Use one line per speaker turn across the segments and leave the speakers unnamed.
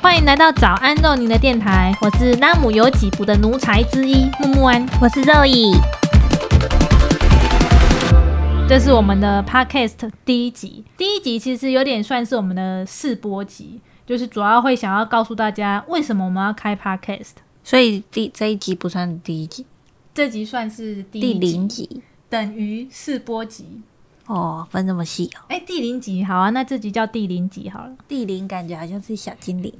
欢迎来到早安肉宁的电台，我是拉姆有几部的奴才之一木木安，
我是肉乙。
这是我们的 podcast 第一集，第一集其实有点算是我们的试播集，就是主要会想要告诉大家为什么我们要开 podcast。
所以第这一集不算第一集，
这集算是第一
第
集
零集
等于试播集。
哦，分这么细哦。
哎，第零集好啊，那这集叫第零集好了。
第零感觉好像是小精灵，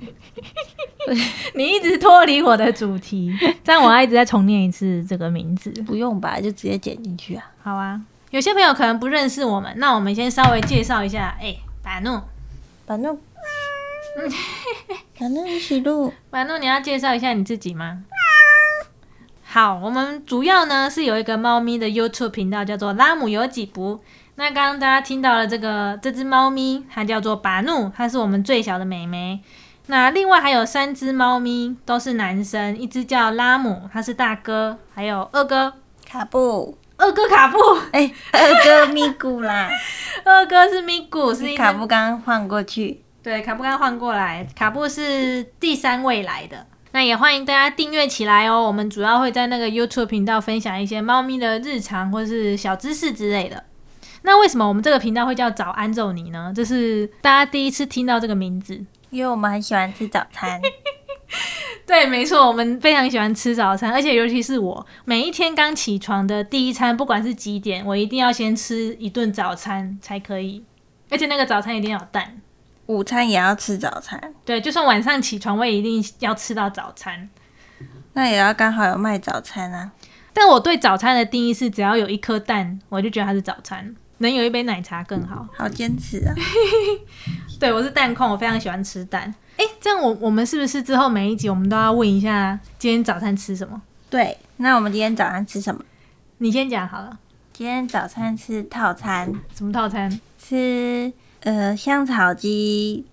你一直脱离我的主 题，这样我要一直在重念一次这个名字。
不用吧，就直接剪进去啊。
好啊，有些朋友可能不认识我们，那我们先稍微介绍一下。哎，把诺，
反正，反正一起录，
马诺，你要介绍一下你自己吗？好，我们主要呢是有一个猫咪的 YouTube 频道，叫做拉姆有几不。那刚刚大家听到了这个这只猫咪，它叫做巴努，它是我们最小的妹妹。那另外还有三只猫咪都是男生，一只叫拉姆，他是大哥，还有二哥，
卡布，
二哥卡布，
哎、二哥咪咕 啦，
二哥是咪咕，是一只
卡布刚刚换过去，
对，卡布刚换过来，卡布是第三位来的。那也欢迎大家订阅起来哦。我们主要会在那个 YouTube 频道分享一些猫咪的日常或是小知识之类的。那为什么我们这个频道会叫早安肉泥呢？这是大家第一次听到这个名字。
因为我们很喜欢吃早 餐。
对，没错，我们非常喜欢吃早餐，而且尤其是我每一天刚起床的第一餐，不管是几点，我一定要先吃一顿早餐才可以，而且那个早餐一定要有蛋。
午餐也要吃早餐，
对，就算晚上起床，我也一定要吃到早餐。
那也要刚好有卖早餐啊。
但我对早餐的定义是，只要有一颗蛋，我就觉得它是早餐。能有一杯奶茶更好。
好坚持 啊！
对我是蛋控，我非常喜欢吃蛋。诶，这样我我们是不是之后每一集我们都要问一下今天早餐吃什么？
对，那我们今天早上吃什么？
你先讲好了，
今天早餐吃套餐，
什么套餐？
吃呃香草鸡、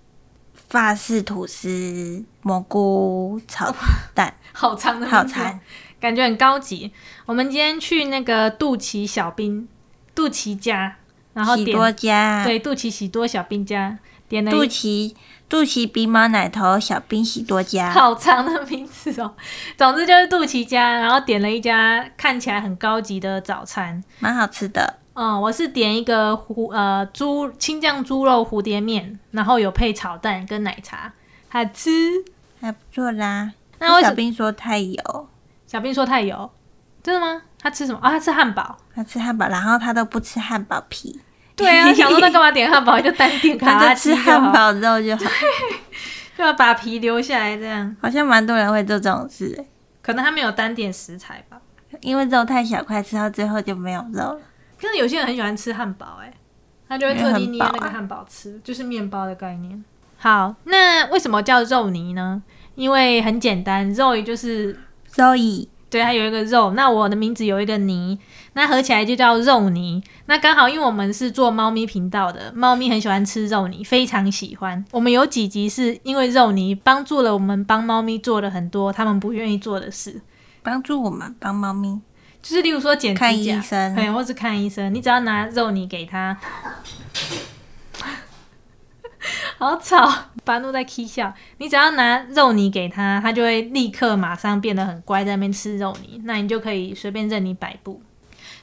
法式吐司、蘑菇
哦
炒蛋
好长的名字
套餐。
感觉很高级。我们今天去那个肚脐小兵，肚脐家， 然后
喜多
点
家
对肚脐喜多小兵家点了一
肚脐肚脐鼻毛奶头小冰喜多家，
好长的名字哦。 总之就是肚脐家，然后点了一家看起来很高级的早餐。
蛮好吃的。
嗯，我是点一个胡呃猪青酱猪肉蝴蝶面，然后有配炒蛋跟奶茶，好吃。
还不错啦，
那为什
小
么
冰说太油，
小兵说太油？真的吗？他吃什么？啊、他吃汉堡。
他吃汉堡，然后他都不吃汉堡皮，
对啊， 想说那干嘛点汉堡就单点卡
他
拉
就
鸡
吃
就好
汉，堡肉就好。
就要把皮留下来这样。
好像蛮多人会做这种事、
可能他没有单点食材吧。
因为肉太小块，吃到最后就没有肉了。
但是有些人很喜欢吃汉堡、哎，他就会特地捏那个汉堡啊吃，就是面包的概念。好，那为什么叫肉泥呢？因为很简单，肉就是
所以
对它有一个肉，那我的名字有一个泥，那合起来就叫肉泥。那刚好因为我们是做猫咪频道的，猫咪很喜欢吃肉泥，非常喜欢。我们有几集是因为肉泥帮助了我们帮猫咪做了很多它们不愿意做的事，
帮助我们帮猫咪
就是例如说剪指甲，
看医生
对，或是看医生，你只要拿肉泥给他。 好吵，巴怒在 k 笑。你只要拿肉泥给他，他就会立刻马上变得很乖，在那边吃肉泥。那你就可以随便任你摆布。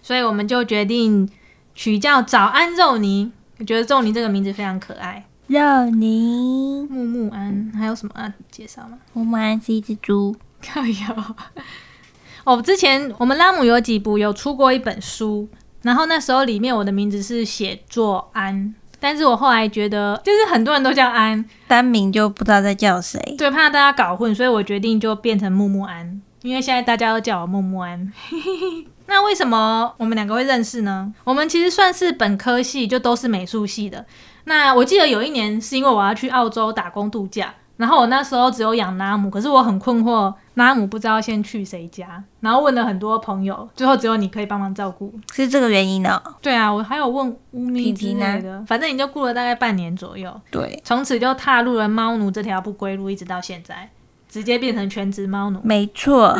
所以我们就决定取叫“早安肉泥”，我觉得“肉泥”这个名字非常可爱。
肉泥。
木木安还有什么要介绍吗？
我们是一只猪，
靠腰。 哦，之前我们拉姆有几部有出过一本书，然后那时候里面我的名字是写作安，但是我后来觉得就是很多人都叫安，
单名就不知道在叫谁。
对，怕大家搞混，所以我决定就变成木木安，因为现在大家都叫我木木安。 那为什么我们两个会认识呢？我们其实算是本科系，就都是美术系的。那我记得有一年是因为我要去澳洲打工度假，然后我那时候只有养拉姆，可是我很困惑，拉姆不知道先去谁家，然后问了很多朋友，最后只有你可以帮忙照顾。
是这个原因哦。
对啊，我还有问乌咪
皮
之
皮
类
呢
的，反正你就顾了大概半年左右。
对，
从此就踏入了猫奴这条不归路，一直到现在，直接变成全职猫奴。
没错，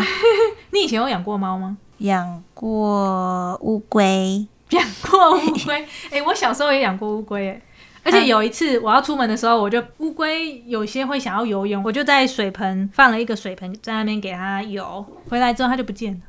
你以前有养过猫吗？
养过乌龟，
养过乌龟，哎、我小时候也养过乌龟、诶而且有一次我要出门的时候，我就乌龟有些会想要游泳，我就在水盆放了一个水盆在那边给它游，回来之后它就不见了。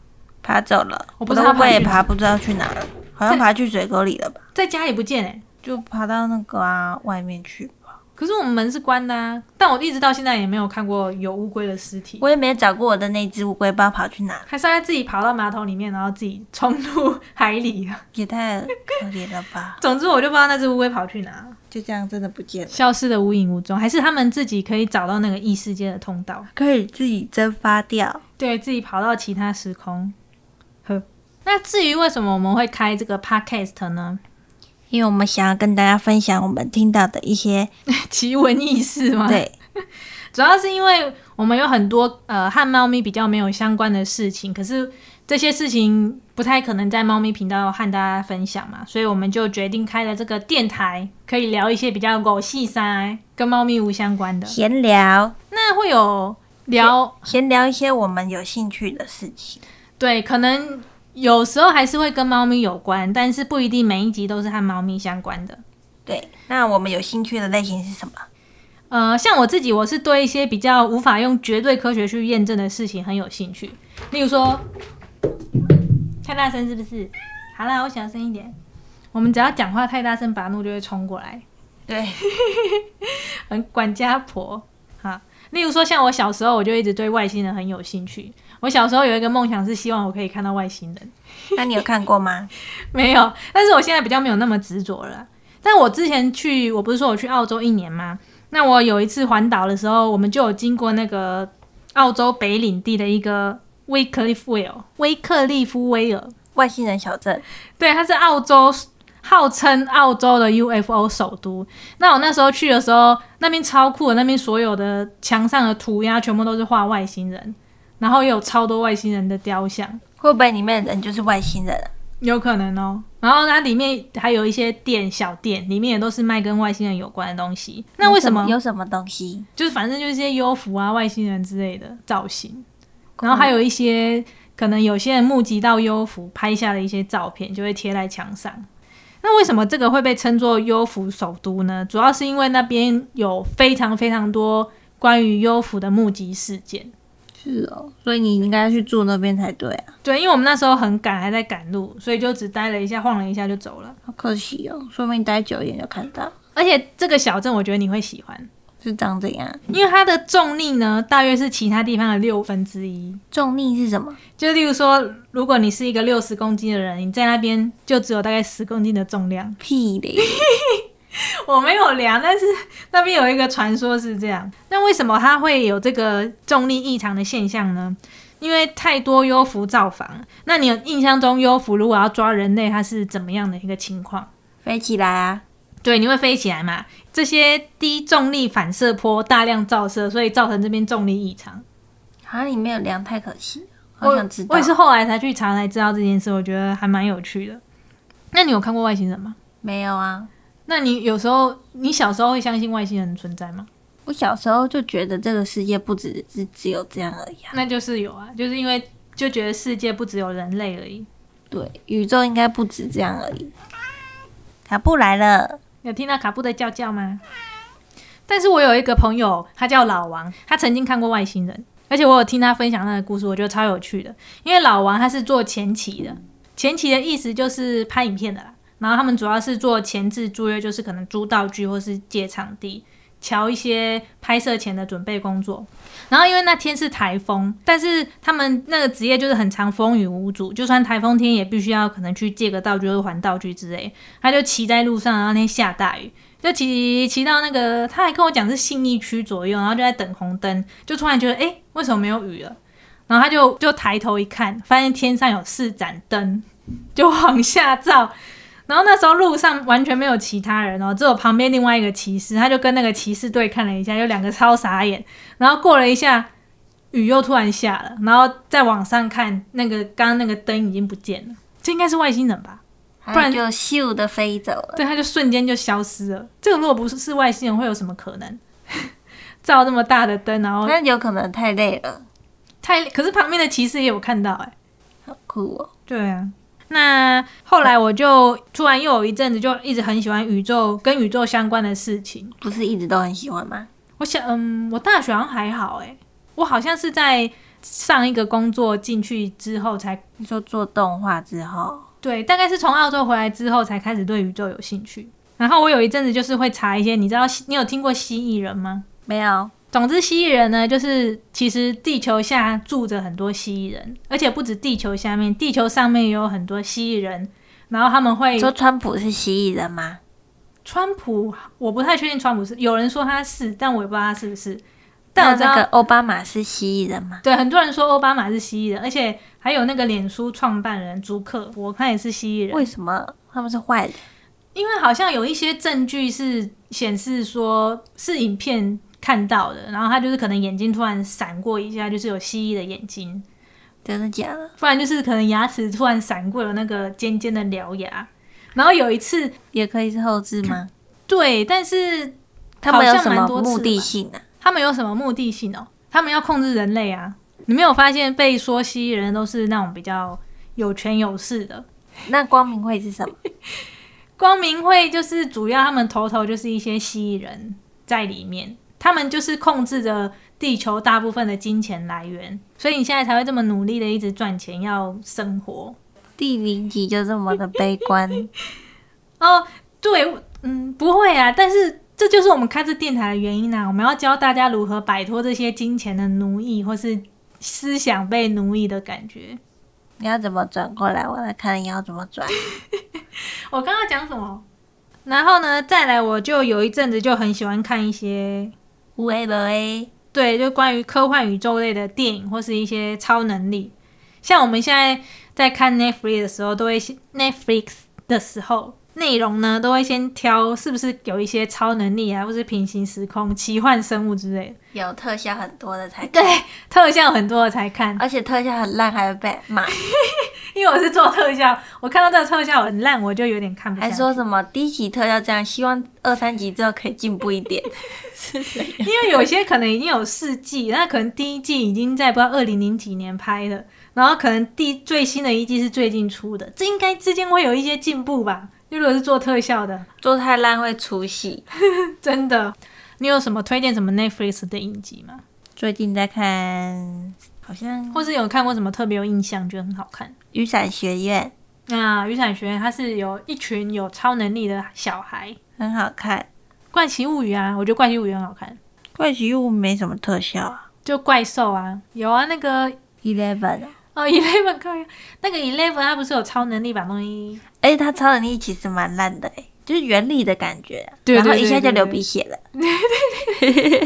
爬走了，
我
我
不知
都
道它爬
会
去
爬，不知道去哪了，好像爬去水沟里了吧？
在家里不见哎、
就爬到那个啊外面去吧。
可是我们门是关的啊，但我一直到现在也没有看过有乌龟的尸体，
我也没找过我的那只乌龟，不知道跑去哪了，
还是它自己跑到马桶里面，然后自己冲入海里。！
也太可怜了吧
总之我就不知道那只乌龟跑去哪，
就这样真的不见了，
消失的无影无踪，还是他们自己可以找到那个异世界的通道，
可以自己蒸发掉。
对自己跑到其他时空。呵，那至于为什么我们会开这个 podcast 呢？
因为我们想要跟大家分享我们听到的一些
奇闻异事吗？，
对，
主要是因为我们有很多呃和猫咪比较没有相关的事情，可是这些事情不太可能在猫咪频道和大家分享嘛，所以我们就决定开了这个电台，可以聊一些比较狗戏噻，跟猫咪无相关的。
闲聊，
那会有聊
闲聊一些我们有兴趣的事情。
对，可能有时候还是会跟猫咪有关，但是不一定每一集都是和猫咪相关的。
对，那我们有兴趣的类型是什么？
呃，像我自己，我是对一些比较无法用绝对科学去验证的事情很有兴趣，例如说，太大声是不是？好啦，我小声一点。我们只要讲话太大声，把怒就会冲过来，
对，
很管家婆。好，例如说，像我小时候，我就一直对外星人很有兴趣。我小时候有一个梦想是希望我可以看到外星人，
那你有看过 吗？
没有，但是我现在比较没有那么执着了啦。但我之前去，我不是说我去澳洲一年吗？那我有一次环岛的时候，我们就有经过那个澳洲北领地的一个威克利夫威尔，威克利夫威尔，
外星人小镇，
对，它是澳洲号称澳洲的 UFO 首都。那我那时候去的时候，那边超酷的，那边所有的墙上的涂鸦全部都是画外星人，然后也有超多外星人的雕像。
会不会里面的人就是外星人啊？
有可能哦。然后它里面还有一些店，小店里面也都是卖跟外星人有关的东西。那为什么？
有什么东西？
就是反正就是一些幽浮啊、外星人之类的造型，然后还有一些可能有些人目击到幽浮拍下的一些照片，就会贴在墙上。那为什么这个会被称作幽浮首都呢？主要是因为那边有非常非常多关于幽浮的目击事件。
是哦，所以你应该去住那边才对啊，
对，因为我们那时候很赶，还在赶路，所以就只待了一下，晃了一下就走了。
好可惜哦，说明待久一点就看到
而且这个小镇，我觉得你会喜欢，
是长怎样。
因为它的重力呢，大约是其他地方的六分之一。
重力是什么？
就例如说，如果你是一个六十公斤的人，你在那边就只有大概十公斤的重量。
屁 嘞！
我没有量，但是那边有一个传说是这样。那为什么它会有这个重力异常的现象呢？因为太多幽浮造访。那你有印象中幽浮如果要抓人类，它是怎么样的一个情况？
飞起来啊！
对，你会飞起来嘛？这些低重力反射波大量照射，所以造成这边重力异常。
好像你啊没有量，太可惜了。好
我
想知道。
我也是后来才去查才知道这件事，我觉得还蛮有趣的。那你有看过外星人吗？
没有啊。
那你有时候，你小时候会相信外星人存在吗？
我小时候就觉得这个世界不只是只有这样而已、啊。
那就是有啊，就是因为就觉得世界不只有人类而已。
对，宇宙应该不止这样而已。卡布来了，
有听到卡布的叫叫吗？但是我有一个朋友，他叫老王，他曾经看过外星人，而且我有听他分享那个故事，我觉得超有趣的。因为老王他是做前期的，前期的意思就是拍影片的啦。然后他们主要是做前置租约，就是可能租道具或是借场地，瞧一些拍摄前的准备工作。然后因为那天是台风，但是他们那个职业就是很常风雨无阻，就算台风天也必须要可能去借个道具或是还道具之类。他就骑在路上，然后那天下大雨，就骑骑到那个，他还跟我讲是信义区左右，然后就在等红灯，就突然觉得，哎、为什么没有雨了？然后他就就抬头一看，发现天上有四盏灯， 就往下照。然后那时候路上完全没有其他人哦，只有旁边另外一个骑士，他就跟那个骑士对看了一下，就两个超傻眼。然后过了一下，雨又突然下了，然后再往上看，那个刚刚那个灯已经不见了，这应该是外星人吧？
不然就咻的飞走了。
对，它就瞬间就消失了。这个如果不是是外星人，会有什么可能？ 照那么大的灯，然后
那有可能太累了，
太……可是旁边的骑士也有看到、欸，哎，
好酷哦！
对啊。那后来我就突然又有一阵子就一直很喜欢宇宙跟宇宙相关的事情。
不是一直都很喜欢吗？
我想，嗯，我大学好像还好诶、我好像是在上一个工作进去之后才
你说做动画之后，
对，大概是从澳洲回来之后才开始对宇宙有兴趣。然后我有一阵子就是会查一些，你知道你有听过蜥蜴人吗？
没有，
总之，蜥蜴人呢，就是其实地球下住着很多蜥蜴人，而且不止地球下面，地球上面也有很多蜥蜴人。然后他们会
你，说川普是蜥蜴人吗？
川普我不太确定川普是，有人说他是，但我也不知道他是不是。但我知
那
道，
那个奥巴马是蜥蜴人吗？
对很多人说奥巴马是蜥蜴人，而且还有那个脸书创办人朱克伯，他也是蜥蜴人。
为什么他们是坏的？
因为好像有一些证据是显示说是影片看到的，然后他就是可能眼睛突然闪过一下，就是有蜥蜴的眼睛。
真的假的？
不然就是可能牙齿突然闪过有那个尖尖的獠牙。然后有一次，
也可以是后置吗？
对，但是
他们有什
好像
么
蛮多次的吧
目的性啊？
他们有什么目的性哦？他们要控制人类啊！你没有发现被说蜥蜴人都是那种比较有权有势的？
那光明会是 什么？
光明会就是主要他们头头就是一些蜥蜴人在里面，他们就是控制着地球大部分的金钱来源，所以你现在才会这么努力的一直赚钱要生活。
第零集就这么的悲观，
哦，对，嗯，不会啊，但是这就是我们开这电台的原因啊，我们要教大家如何摆脱这些金钱的奴役，或是思想被奴役的感觉。
你要怎么转过来？我来看你要怎么转。
我刚刚讲什么？然后呢，再来，我就有一阵子就很喜欢看一些，
喂喂，
对，就关于科幻宇宙类的电影或是一些超能力。像我们现在在看 Netflix 的时候，都会先 Netflix 的时候，内容呢都会先挑是不是有一些超能力啊，或是平行时空、奇幻生物之类的。
有特效很多的才
对，特效很多的才看，
而且特效很烂还会被骂，
因为我是做特效，我看到这个特效很烂，我就有点看不下
还
去。
说什么第一集特效这样，希望二三集之后可以进步一 点。
因为有些可能已经有四季，那可能第一季已经在不知道二零零几年拍的，然后可能第最新的一季是最近出的，这应该之间会有一些进步吧？就如果是做特效的，
做太烂会出戏。
真的，你有什么推荐什么 Netflix 的影集吗？
最近在看，好像
或是有看过什么特别有印象觉得很好看？
雨伞学院
那雨伞学院它是有一群有超能力的小孩，《
很好看，
怪奇物语》啊，我觉得《怪奇物语》很好看，
怪奇物没什么特效啊。
就怪兽啊，有啊那个
Eleven，
哦，Eleven 靠呀，那个 Eleven 它不是有超能力把东西？
而且它超能力其实蛮烂的、欸，就是原理的感觉啊，
对对对
然后一下就
对对
流鼻血了。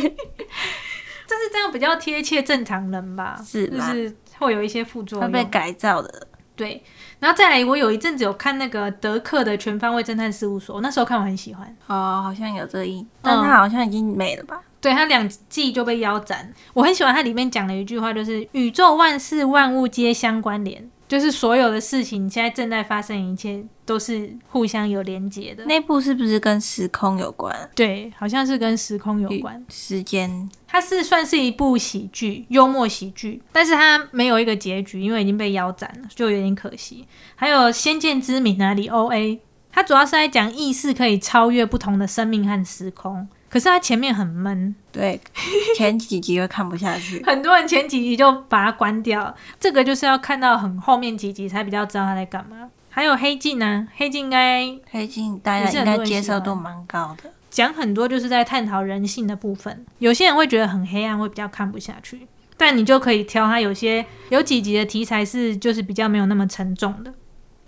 但是这样比较贴切正常人吧？
是
就
啦
是会有一些副作
它被
用。
改造的，
对，然后再来，我有一阵子有看那个德克的《全方位侦探事务所》，那时候看我很喜欢。
哦，好像有这嗯一，但它好像已经没了吧？
对他两季就被腰斩，我很喜欢它里面讲的一句话，就是宇宙万事万物皆相关联，就是所有的事情现在正在发生，一切都是互相有连结的。
那部是不是跟时空有关？
对，好像是跟时空有关。
时间
它是算是一部喜剧，幽默喜剧，但是它没有一个结局，因为已经被腰斩了，就有点可惜。还有《先见之明》啊，里 O A，它主要是在讲意识可以超越不同的生命和时空。可是它前面很闷，
对， 前几集会看不 下去。
很多人前几集就把它关掉了。这个就是要看到很后面几集才比较知道它在干嘛。还有黑镜呢、黑镜应该
黑镜大
也
家
是
应
很多
该
人
接受
喜欢
度蛮高的，
讲很多就是在探讨人性的部分。有些人会觉得很黑暗，会比较看不下去，但你就可以挑它有些有几集的题材是就是比较没有那么沉重的。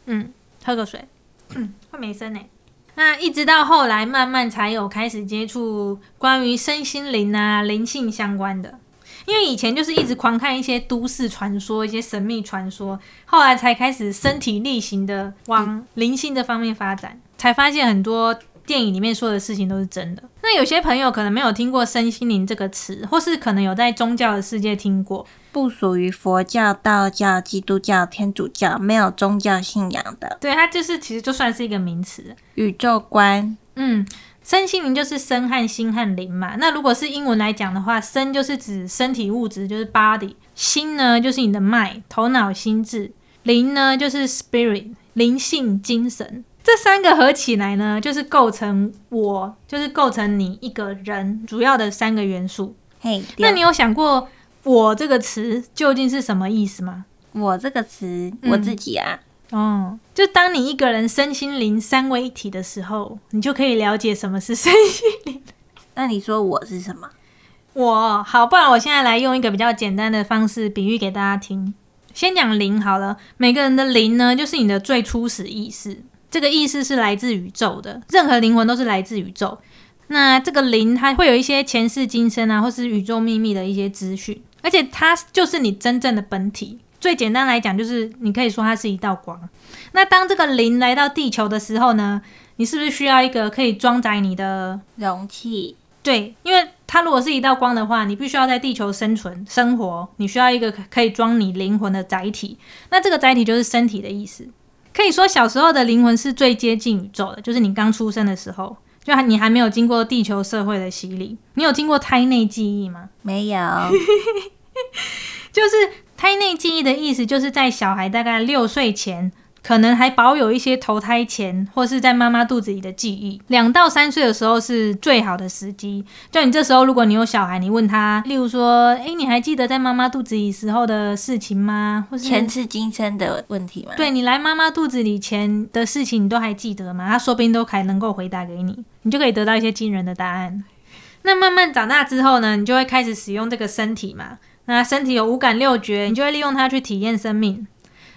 嗯，喝个水， 会没声呢、那一直到后来，慢慢才有开始接触关于身心灵啊、灵性相关的。因为以前就是一直狂看一些都市传说、一些神秘传说，后来才开始身体力行的往灵性这方面发展，才发现很多电影里面说的事情都是真的。那有些朋友可能没有听过身心灵这个词，或是可能有在宗教的世界听过，
不属于佛教、道教、基督教、天主教，没有宗教信仰的
对它就是其实就算是一个名词。
宇宙观。
嗯，身心灵就是身和心和灵嘛。那如果是英文来讲的话，身就是指身体物质，就是 body；心呢就是你的 mind，头脑、心智；灵呢就是 spirit，灵性、精神。这三个合起来呢，就是构成我，就是构成你一个人主要的三个元素。
嘿，对
那你有想过“我”这个词究竟是什么意思吗？
我这个词，
嗯
我自己啊，
哦，就当你一个人身心灵三位一体的时候，你就可以了解什么是身心灵。
那你说我是什么？
我好，不然我现在来用一个比较简单的方式比喻给大家听。先讲灵好了，每个人的灵呢，就是你的最初始意识，这个意识是来自宇宙的，任何灵魂都是来自宇宙。那这个灵，它会有一些前世今生啊，或是宇宙秘密的一些资讯，而且它就是你真正的本体。最简单来讲，就是你可以说它是一道光。那当这个灵来到地球的时候呢，你是不是需要一个可以装载你的
容器，
对，因为它如果是一道光的话，你必须要在地球生存生活，你需要一个可可以装你灵魂的载体。那这个载体就是身体的意思。可以说，小时候的灵魂是最接近宇宙的，就是你刚出生的时候，就还你还没有经过地球社会的洗礼。你有经过胎内记忆吗？
没有，
就是胎内记忆的意思，就是在小孩大概六岁前，可能还保有一些投胎前或是在妈妈肚子里的记忆。两到三岁的时候是最好的时机。就你这时候，如果你有小孩，你问他，例如说，诶，你还记得在妈妈肚子里时候的事情吗？或是
前世今生的问题吗？，
对你来妈妈肚子里前的事情，你都还记得吗？他说不定都还能够回答给你，你就可以得到一些惊人的答案。那慢慢长大之后呢，你就会开始使用这个身体嘛。那身体有五感六觉，你就会利用它去体验生命。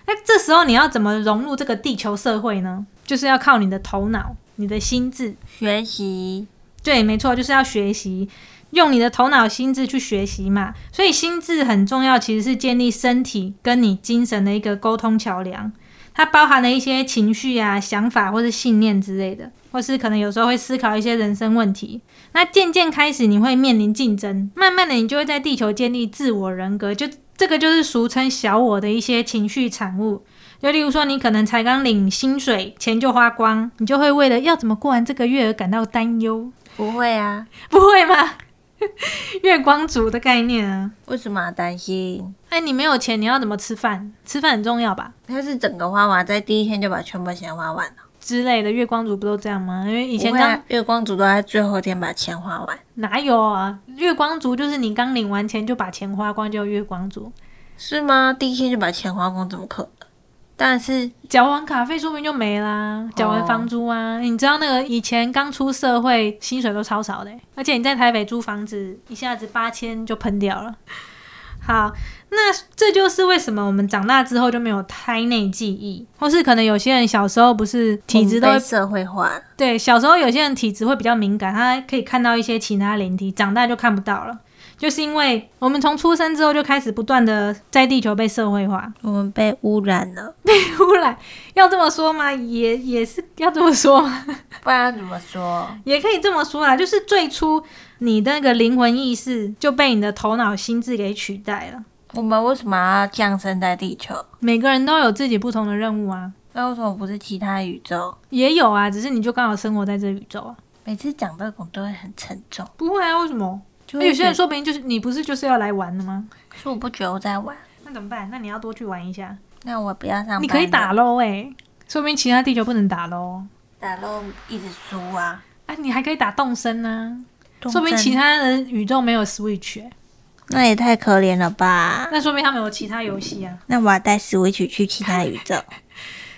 那这时候你要怎么融入这个地球社会呢？就是要靠你的头脑、你的心智，
学习，
对，没错，就是要学习，用你的头脑、心智去学习嘛。所以心智很重要，其实是建立身体跟你精神的一个沟通桥梁。它包含了一些情绪啊、想法或是信念之类的，或是可能有时候会思考一些人生问题。那渐渐开始，你会面临竞争，慢慢的你就会在地球建立自我人格，就这个就是俗称小我的一些情绪产物。就例如说，你可能才刚领薪水，钱就花光，你就会为了要怎么过完这个月而感到担忧。
不会啊，
不会吗？月光族的概念啊！
为什么要担心？
哎，你没有钱，你要怎么吃饭？吃饭很重要吧？
他是整个花完，在第一天就把全部钱花完了。
之类的，月光族不都这样吗？因为以前
不会
刚、
啊月光族都在最后一天把钱花完，
哪有啊？月光族就是你刚领完钱就把钱花光，叫月光族。
是吗？第一天就把钱花光，怎么可能？但是
缴完卡费，说不定就没啦。缴完房租啊，你知道那个以前刚出社会，薪水都超少的欸、而且你在台北租房子，一下子八千就喷掉了。好，那这就是为什么我们长大之后就没有胎内记忆，或是可能有些人小时候不是体质都会
我们被社会化了，
对，小时候有些人体质会比较敏感，他可以看到一些其他灵体，长大就看不到了。就是因为我们从出生之后就开始不断的在地球被社会化，
我们被污染了，
突然要这么说吗？也也是要这么说吗？
不然怎么说？
也可以这么说啦，就是最初你的那个灵魂意识就被你的头脑心智给取代了。
我们为什么要降生在地球？
每个人都有自己不同的任务啊，
那为什么不是其他宇宙？
也有啊，只是你就刚好生活在这宇宙啊。
每次讲这种都会很沉重。
不会啊，为什么？
就
那
会
有些人
觉
说不定就是你不是就是要来玩的吗？
得，可是我不觉得我在玩，
那怎么办？那你要多去玩一下。
那啊我不要上班了。
你可以打喽哎、说明其他地球不能打喽
打漏，一直输啊，
啊，你还可以打动身呢、啊，
动
说明
真
其他的宇宙没有 Switch，、欸、
那也太可怜了吧？
那说明他们有其他游戏啊。
那我要带 Switch 去其他宇 宙，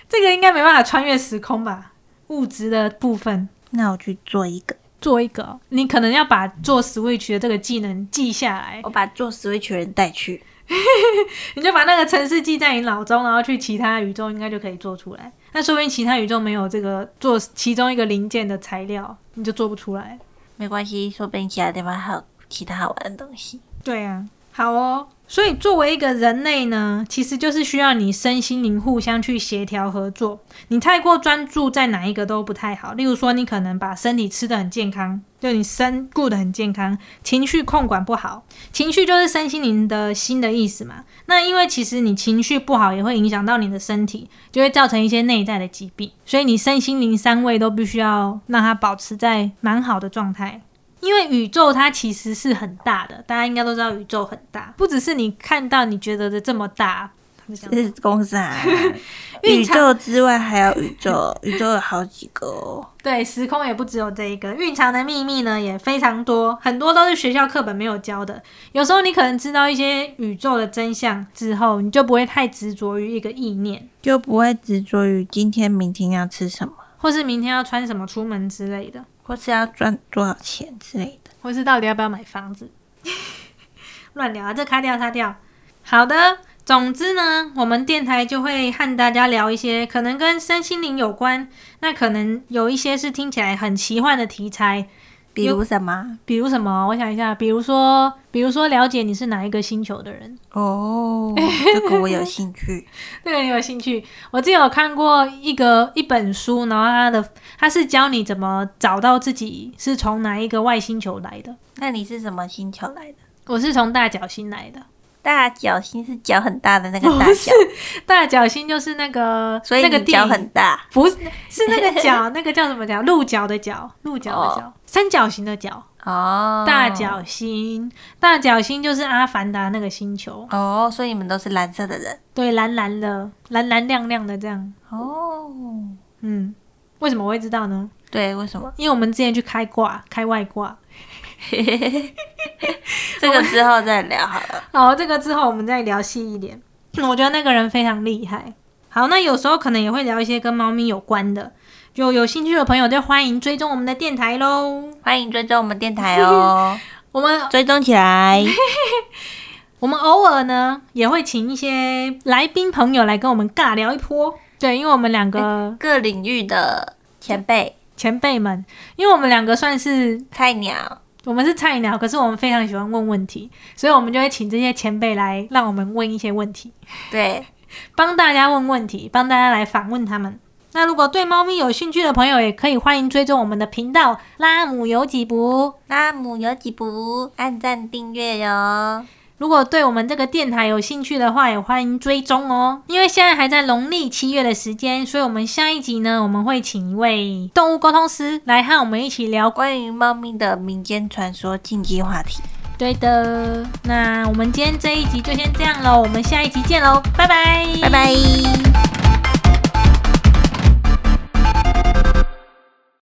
这个应该没办法穿越时空吧？物质的部分
那我去做一 个，
做一个哦，你可能要把做 Switch 的这个技能记下来，
我把做 Switch 的人带去。
你就把那个城市记在你脑中，然后去其他宇宙应该就可以做出来。那说明其他宇宙没有这个做其中一个零件的材料，你就做不出来。
没关系，说不定其他地方还有其他好玩的东西。
对啊，好哦。所以作为一个人类呢，其实就是需要你身心灵互相去协调合作。你太过专注在哪一个都不太好。例如说，你可能把身体吃得很健康，就你身顾得很健康，情绪控管不好。情绪就是身心灵的心的意思嘛。那因为其实你情绪不好，也会影响到你的身体，就会造成一些内在的疾病。所以你身心灵三位都必须要让它保持在蛮好的状态。因为宇宙它其实是很大的，大家应该都知道宇宙很大，不只是你看到你觉得的这么大，就这样。
是公 司啊。
运
宇
长
宙之外还有宇宙， 宇宙有好几个哦。
对，时空也不只有这一个，蕴藏的秘密呢也非常多，很多都是学校课本没有教的。有时候你可能知道一些宇宙的真相之后，你就不会太执着于一个意念，
就不会执着于今天、明天要吃什么，
或是明天要穿什么出门之类的，
或是要赚多少钱之类的。
或是到底要不要买房子。 乱聊啊，这卡掉卡掉。好的，总之呢，我们电台就会和大家聊一些可能跟身心灵有关，那可能有一些是听起来很奇幻的题材，
比如什么？
比如什么？我想一下，比如说，比如说，了解你是哪一个星球的人，
哦，这个我有兴趣。
这个你有兴趣？我之前有看过一个一本书，然后它的它是教你怎么找到自己是从哪一个外星球来的。
那你是什么星球来的？
我是从大角星来的，
大角星是脚很大的那个大
不是
角，
大角星就是那个
所以
那个
你
电
脚
影
很大。
不是是那个角， 那个叫什么角？鹿角的角，鹿角的角，三角形的角，
哦，
大角星，大角星就是阿凡达那个星球，
哦，所以你们都是蓝色的人
对，蓝蓝的，蓝蓝亮亮的这样。
哦。
嗯，为什么我会知道呢？
对，为什么？
因为我们之前去开挂，开外挂。
这个之后再聊好了。
哦，这个之后我们再聊细一点。嗯我觉得那个人非常厉害。好，那有时候可能也会聊一些跟猫咪有关的，就有兴趣的朋友就欢迎追踪我们的电台喽。
欢迎追踪我们电台哦，
我们
追踪起来。
我们偶尔呢也会请一些来宾朋友来跟我们尬聊一波。对，因为我们两个
各领域的前辈、
前辈们，因为我们两个算是
菜鸟，
我们是菜鸟，可是我们非常喜欢问问题，所以我们就会请这些前辈来让我们问一些问题。
对，
帮大家问问题，帮大家来访问他们。那如果对猫咪有兴趣的朋友，也可以欢迎追踪我们的频道“拉姆有几不
拉姆有几不？按赞订阅哟。”。
如果对我们这个电台有兴趣的话，也欢迎追踪哦。因为现在还在农历七月的时间，所以我们下一集呢，我们会请一位动物沟通师来和我们一起聊。
关于猫咪的民间传说禁忌话题，
对的，那我们今天这一集就先这样喽，我们下一集见喽，拜拜，
拜拜。